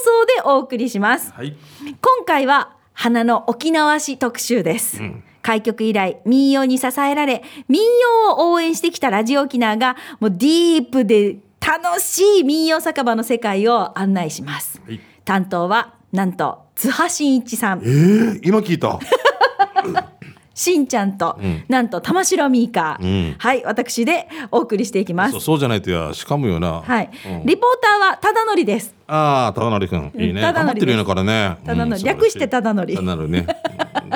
A: 送でお送りします。
B: はい。
A: 今回は花の沖縄市特集です、開局以来民謡に支えられ民謡を応援してきたラジオ沖縄がもうディープで楽しい民謡酒場の世界を案内します、
B: はい
A: 担当はなんと津波真一さん
B: えー、今聞いた。
A: しんちゃんと、なんと玉城ミーカー、
B: うん
A: はい私でお送りしていきます
B: そうそうじゃないといや、しかむよな。
A: はい、
B: うん
A: リポーターはただのりです
B: ああ、忠成君。いいね。
A: 忠成
B: 頑張ってるよね、からね。
A: 忠成
B: うん
A: 略して忠成
B: 忠成ね。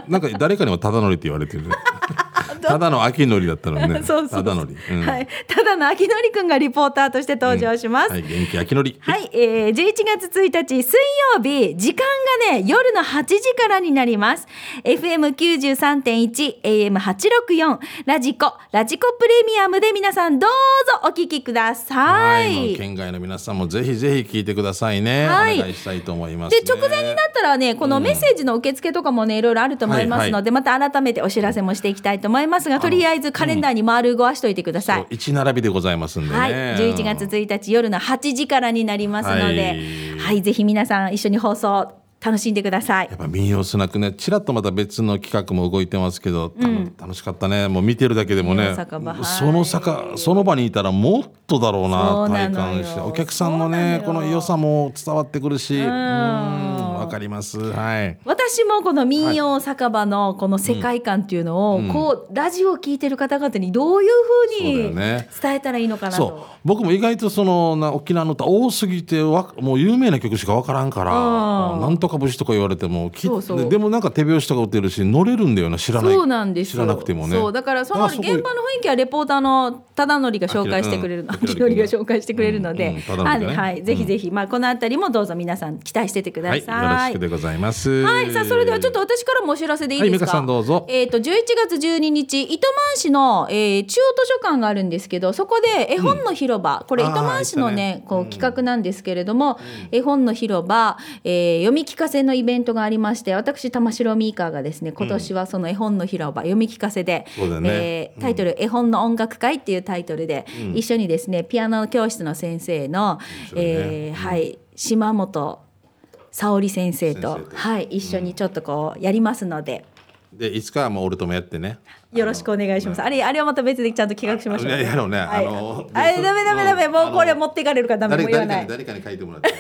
B: なんか誰かにも忠成って言われ てるね。ただの秋のりだったのにね。
A: そうそう
B: 忠成。うん
A: はい、ただの秋のりくんがリポーターとして登場します、
B: はい、元気秋のり。
A: はい、えー、11月1日水曜日時間がね夜の8時からになります FM93.1 AM864 ラジコラジコプレミアムで皆さんどうぞお聞きくださ
B: はい
A: い、
B: もう県外の皆さんもぜひぜひ聞いてくださいね。
A: はい
B: お願いしたいと思います、
A: で
B: ね。
A: 直前になったらねこのメッセージの受付とかもねいろいろあると思いますので、また改めてお知らせもしていきたいと思いますがとりあえずカレンダーに丸ごわしといてください、
B: そう一並びでございますんでね。
A: はい、11月1日夜の8時からになりますので、は
B: はいい、
A: ぜひ皆さん一緒に放送楽しんでください
B: やっぱ民謡スナックねちらっとまた別の企画も動いてますけど、たの楽しかったねもう見てるだけでも
A: 民
B: ね
A: 謡酒場はい
B: その坂その場にいたらもっとだろう
A: そ
B: な
A: うな
B: 体
A: のよ
B: 感してお客さんの
A: そうなの
B: ね
A: よ
B: この良さも伝わってくるしうんわかりますはい
A: 私もこの民謡酒場のこの世界観っていうのを、
B: うん
A: こうラジオを聞いてる方々にどういうふう
B: そ
A: に
B: うだよね
A: 伝えたらいいのかなと、
B: そう僕も意外とそのな沖縄の歌多すぎてわもう有名な曲しか分からんから
A: あー
B: なんとか節とか言われてもき
A: そうそう
B: ででもなんか手拍子とか打ってるし乗れるんだよな知らない
A: そうなんです
B: 知
A: よ
B: らなくてもね
A: そうだからその
B: あす
A: 現
B: ごい
A: 場の雰囲気はレポーターの忠則が紹介してくれるの
B: あ
A: 秋
B: き
A: の
B: ら
A: り
B: り
A: が
B: が
A: 紹介してくれるの
B: うんうん
A: で、
B: 忠則
A: あ
B: がね
A: はい、
B: うん
A: ぜひぜひ、まあこのあたりもどうぞ皆さん期待しててくださ
B: はい
A: い。
B: よろしくでございます
A: はい、さあそれではちょっと私からもお知らせでいいですか。
B: はい美香さんどうぞ
A: えっ、と11月12日糸満市の、えー中央図書館があるんですけど、そこで絵本の広場、これ
B: あ
A: 糸
B: ー
A: 満市のね
B: 言ってたね
A: こ
B: う
A: うん企画なんですけれども、絵本の広場、えー読み聞かせのイベントがありまして、私玉城ミーカーがですね今年はその絵本の広場、読み聞かせで、
B: そうだね
A: えータイトル、絵本の音楽会っていうタイトルで、一緒にですねピアノ教室の先生の、
B: 面白いね
A: えーはい島本沙織先生と
B: 先生と
A: はい一緒にちょっとこうやりますので、
B: でいつかはもう俺ともやってね
A: よろしくお願いしますあれあれはまた別でちゃんと企画しましょう
B: あいややろうね
A: はい
B: あの
A: あれダメダメダメ
B: うん
A: もうこれ
B: あの
A: 持っていかれるからダメ
B: 誰
A: もう言わな
B: 誰か
A: い
B: に誰かに書いてもらって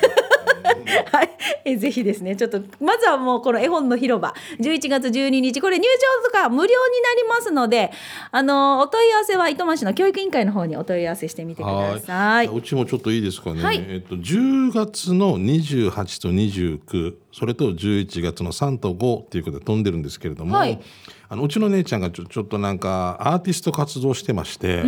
A: はい、 えぜひですねちょっとまずはもうこの絵本の広場11月12日これ入場とか無料になりますのであのお問い合わせは糸満市の教育委員会の方にお問い合わせしてみてください。
B: うちもちょっといいですかね、
A: はい
B: えっと10月の28と29それと11月の3と5っていうことで飛んでるんですけれども、
A: はい
B: あのうちの姉ちゃんがちょちょっとなんかアーティスト活動してまして、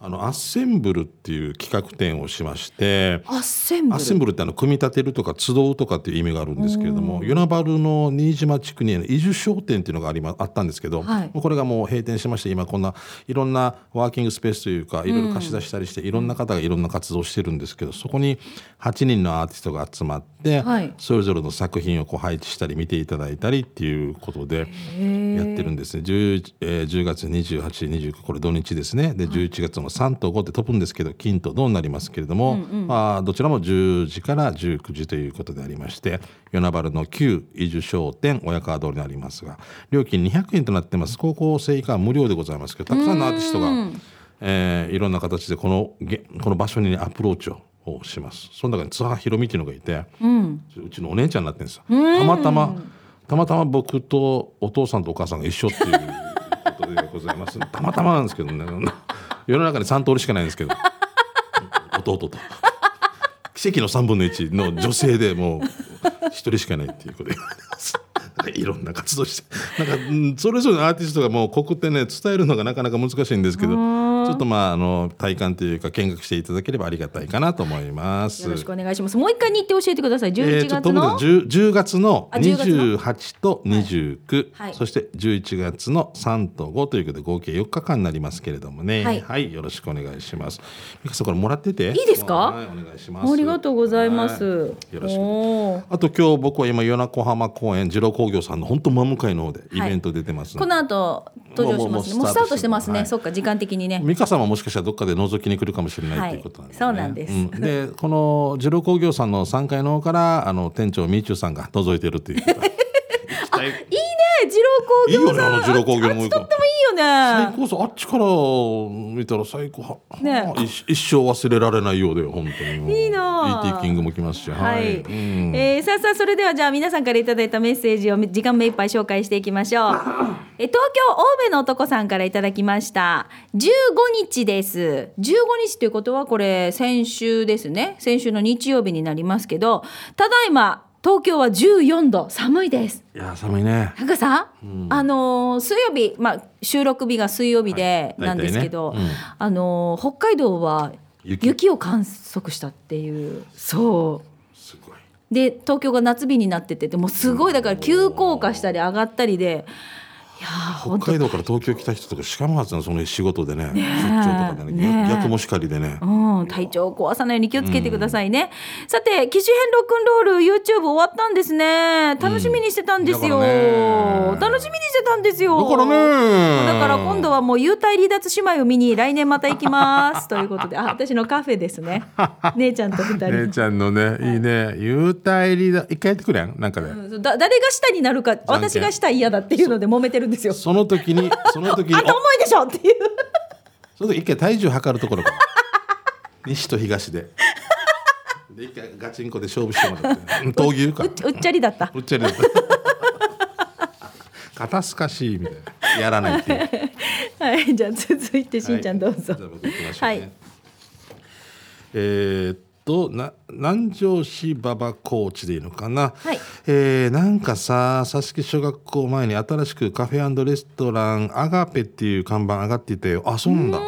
B: あのアッセンブルっていう企画展をしまして
A: アッセンブ
B: アッセンブルってあの組み立てるとか集うとかっていう意味があるんですけれども与那原の新島地区に伊豆商店っていうのがあり、ま、あったんですけど、
A: はい
B: もうこれがもう閉店しまして今こんないろんなワーキングスペースというかいろいろ貸し出したりして、いろんな方がいろんな活動をしてるんですけどそこに8人のアーティストが集まって、
A: はい
B: それぞれの作品をこう配置したり見ていただいたりっていうことでやってるんですね 10,、えー10月2829これ土日ですねで11月の3と5って飛ぶんですけど金と銅になりますけれども、まあ、どちらも10時から19時ということでありまして与那原の旧伊豆商店親川通りにありますが料金200円となってます高校生以下は無料でございますけどたくさんのアーティストが。えーいろんな形でこのげこの場所にね、アプローチををしますその中に津波ひろみっていうのがいて、うちのお姉ちゃんになってるんですよたまたまたまたま僕とお父さんとお母さんが一緒っていうことでございますたまたまなんですけどね世の中に3通りしかないんですけど弟と奇跡の3分の1の女性でもう一人しかないっていうことで。いろんな活動してなんかうんそれぞれのアーティストがもうこくってね伝えるのがなかなか難しいんですけどちょっとまああの体感というか見学していただければありがたいかなと思います。
A: よろしくお願いします。もう一回日程教えてください。
B: え
A: 11
B: ーちょっ
A: 月
B: と飛ぶ
A: の、
B: んです 10, 10月の
A: あ10月の
B: 28と29、
A: はいはい
B: そして11月の3と5ということで合計4日間になりますけれどもね
A: はい
B: よろしくお願いします美香さんこれもらっててい
A: いですか
B: はい、お願いします
A: ありがとうございます。
B: はいよろしく
A: おー
B: あと今日僕は今与那湖浜公園二郎工業さんの本当真向かいの方でイベント出てます
A: こ
B: ので、
A: の後登場しますね。も
B: もうもうもう
A: うスタートしてますね。
B: はい
A: そっか時間的にね。
B: 美香さんももしかしたらどっかで覗きに来るかもしれない、
A: はい
B: ということなんです、ね、
A: そうなんです
B: でこの二郎工業さんの3階の方からあの店長みーちゅうさんが覗いてるってい う行きたい
A: いいね。二郎工業さん。
B: いいよねあの二郎工業も
A: あっちとってもいいよ
B: 最
A: ね。
B: 高さあっちから見たら最高は、
A: ね
B: 一一生忘れられないようで本当にもう
A: いいなあ
B: ET キングも来ますしは、
A: はいい、
B: うん
A: えーさあさあそれではじゃあ皆さんからいただいたメッセージを時間目いっぱい紹介していきましょうえ東京青梅の男さんからいただきました15日です15日ということはこれ先週ですね先週の日曜日になりますけどただいま東京は14度寒いです
B: いや寒いね
A: なんかさ、あのー水曜日、まあ、収録日が水曜日で
B: はい
A: なんですけど、
B: 大体ねうん
A: あのー北海道は
B: 雪
A: 雪を観測したっていうそう
B: すごい
A: で東京が夏日になっててでもうすごいだから急降下したり上がったりでいやーほんと
B: 北海道から東京来た人とかしかもはずなその仕事でね出張とかでね
A: ねえ
B: 逆もしかりでね
A: うん、体調を壊さないように気をつけてくださいね、さて機種変ロックンロール YouTube 終わったんですね楽しみにしてたんですよ、
B: だからね
A: 楽しみにしてたなんですよ
B: だからね
A: だから今度はもう幽体離脱姉妹を見に来年また行きますということ であ私のカフェですね姉ちゃんと二人、
B: 姉ちゃんのね、いいね、幽体離脱、一回やってくれん、なんかね、
A: うんだ誰が下になるか私が下嫌だっていうので揉めてるんですよ
B: その時に、その時に、
A: あんた重
B: お
A: いでしょっていう
B: その時一回体重測るとこ ろから。西と東で。で、一回ガチンコで勝負してもらって、うん闘牛か
A: うっ。 うっちゃりだった
B: うっちゃりだった。 肩すかしいみたいな、やらないっていう。
A: はいじゃあ続いてしんちゃんどうぞ、
B: はいじゃあ僕行きましょうね
A: はい
B: えーっとな南城市馬場コーチでいいのかな、
A: はい
B: えーなんかさ佐々木小学校前に新しくカフェレストランアガペっていう看板上がっていたよあそうなんだ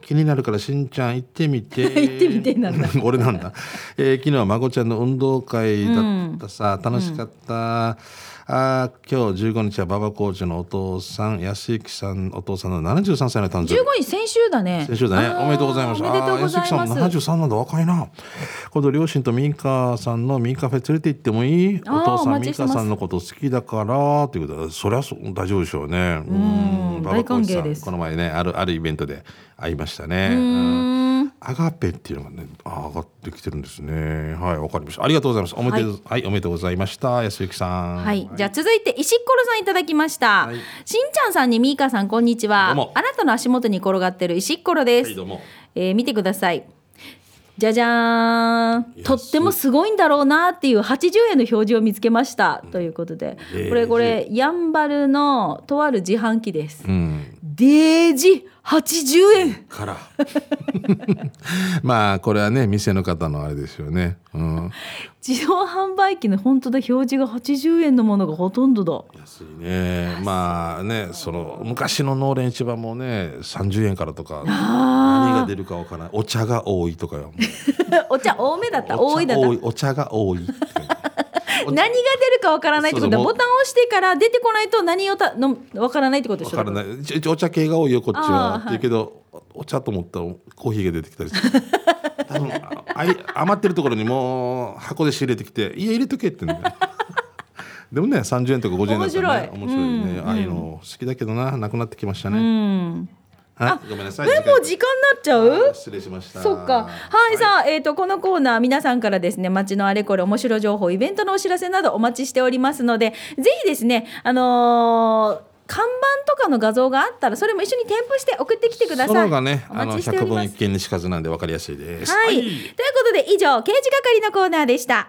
B: 気になるからしんちゃん行ってみて
A: 行ってみてなんだ
B: 俺なんだ、えー昨日は孫ちゃんの運動会だったさ、楽しかった、あー今日15日は馬場コーチのお父さん安幸さんお父さんの73歳の誕生日
A: 15日先週だね
B: 先週だね
A: あー
B: おめでとうございました
A: おめでとうございます
B: あー安幸さんも73なんだ若いな今度両親とミカさんのミカフェ連れて行ってもいい
A: あー
B: お父
A: お
B: さん
A: 待
B: ミ
A: ちして
B: カ
A: ます
B: さんのこと好きだからということでそりゃそう大丈夫でしょうね
A: ん
B: うん
A: 大歓迎です
B: 馬場浩二さんこの前ねあるあるイベントで会いましたね
A: うーん
B: アガペっていうのがねあー上がってきてるんですねはいわかりましたありがとうございますおめでとう、はいおめでとうございました安幸さん
A: はい、じゃあ続いて石ころさんいただきました、
B: はい
A: しんちゃんさんにみーかさんこんにちは
B: どうも
A: あなたの足元に転がってる石ころです、
B: はいどうも
A: えー見てくださいじゃじゃーんとってもすごいんだろうなっていう80円の表示を見つけましたということで、
B: えー
A: これこれやんばるのとある自販機です、
B: うん
A: デージ80円
B: から まあこれはね店の方のあれですよね、うん、
A: 自動販売機の本当だ表示が80円のものがほとんどだ
B: 安いねまあねその昔の農連市場もね30円からとか何が出るかわからないお茶が多いとかよ
A: お茶多めだった
B: お
A: 多
B: 茶
A: いだった
B: お茶が多いって
A: 何が出るかわからないってことは
B: そう
A: ボ
B: そう
A: タンを押してから出てこないと何をたのわからないってことで
B: わ
A: しょ
B: から ない一応お茶系が多いよこっち
A: あー
B: はって
A: はい
B: 言うけど、お茶と思ったらコーヒーが出てきたりす る多分ああい余ってるところにもう箱で仕入れてきて「いや入れと け」ってねでもね30円とか50円だったら、ね、
A: 面白い
B: 面白いね、
A: うん
B: ああいうの好きだけどななくなってきましたね、
A: うん
B: はいごめんなさい
A: えもう時間になっちゃう
B: 失礼しました
A: そっかはいさあ、えー、とこのコーナー皆さんからですね街のあれこれ面白情報イベントのお知らせなどお待ちしておりますのでぜひですねあのー看板とかの画像があったらそれも一緒に添付して送ってきてください。
B: その方がね
A: お
B: あの
A: 待ちしてお
B: 100
A: りま
B: 分
A: す
B: 一見にしかずなんで分かりやすいです
A: はい、ということで以上刑事係のコーナーでした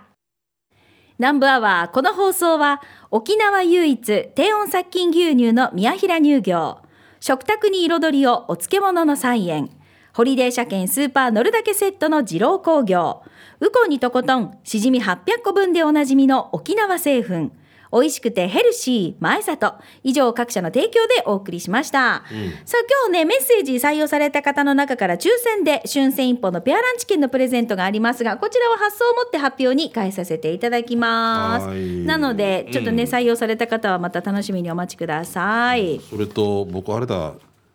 A: 南部アワーこの放送は沖縄唯一低温殺菌牛乳の宮平乳業食卓に彩りをお漬物の菜園ホリデー車検スーパー乗るだけセットの二郎工業ウコンにとことんしじみ800個分でおなじみの沖縄製粉美味しくてヘルシー前里以上各社の提供でお送りしました、さあ今日ねメッセージ採用された方の中から抽選で春戦一歩のペアランチ券のプレゼントがありますがこちらは発送をもって発表に返させていただきます
B: はい
A: なのでちょっとね、
B: うん
A: 採用された方はまた楽しみにお待ちください、
B: それと僕あれだ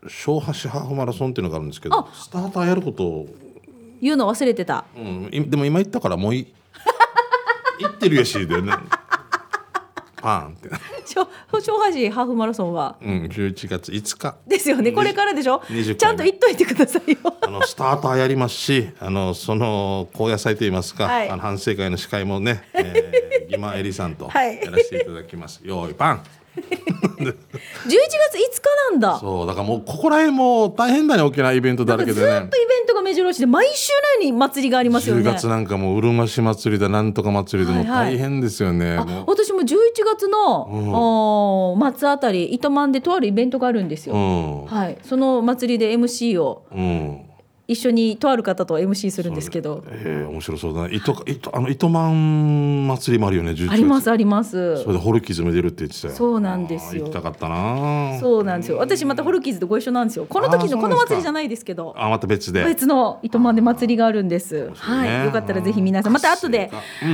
B: 小橋ハーフマラソンっていうのがあるんですけ
A: あ
B: どスターターやることを
A: 言うの忘れてた
B: うん、いでも今言ったからもういい 言ってるやしだよねパーンって、
A: 小小橋ハーフマラソンは
B: うん、11月5日
A: ですよねこれからでしょ
B: 20回目
A: ちゃんと言っといてくださいよ
B: あのスターターやりますしあのその高野菜といいますか、
A: はい
B: あの反省会の司会もね、えー、ギマエリさんと
A: はい
B: やらせていただきます、よーいパン
A: 11月5日なんだ
B: そうだからもうここら辺もう大変だね沖縄イベントだらけ
A: ず
B: で
A: っとイベ
B: ね
A: ントが目白押しで毎週のように祭りがありますよ
B: 10
A: ね
B: 月なんかもううるま市祭りだなんとか祭りでもう
A: はいはい
B: 大変ですよね、もう
A: あ私も11月の、あー末あたり糸満でとあるイベントがあるんですよ、はい、その祭りで MC を
B: うん、うん
A: 一緒にとある方と MC するんですけど
B: ええ面白そうだね。糸か糸あの糸満祭りもあるよね。11月
A: あります。あります
B: それでホルキズム出るって言ってたよ。
A: そうなんですよ
B: あー行きたかったな。
A: そうなんですよ私またホルキーズとご一緒なんですよこの時の
B: あーそうなんですか
A: この祭りじゃないですけど
B: あまた別で。
A: 別の糸満で祭りがあるんです、
B: 白いね
A: はいよかったらぜひ皆さんまた後で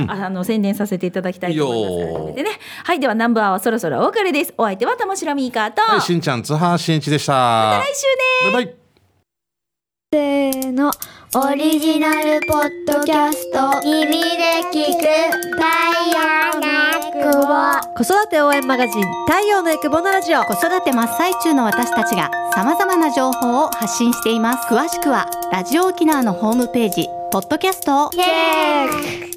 B: 活、
A: あの宣伝させていただきたいと思い
B: いい
A: ます
B: よ
A: 改めてねはいでは南部アワーそろそろお別れですお相手は玉城ミーカーと、
B: はい、
A: 来週
B: しんちゃん、津波しんいちでした。ま
A: です
B: バイバイ。
C: せーのオリジナルポッドキャスト耳で聞く太陽のクを
D: 子育て応援マガジン太陽のエクボのラジオ
E: 子育て真っ最中の私たちが様々な情報を発信しています詳しくはラジオ沖縄のホームページポッドキャストを
C: チェック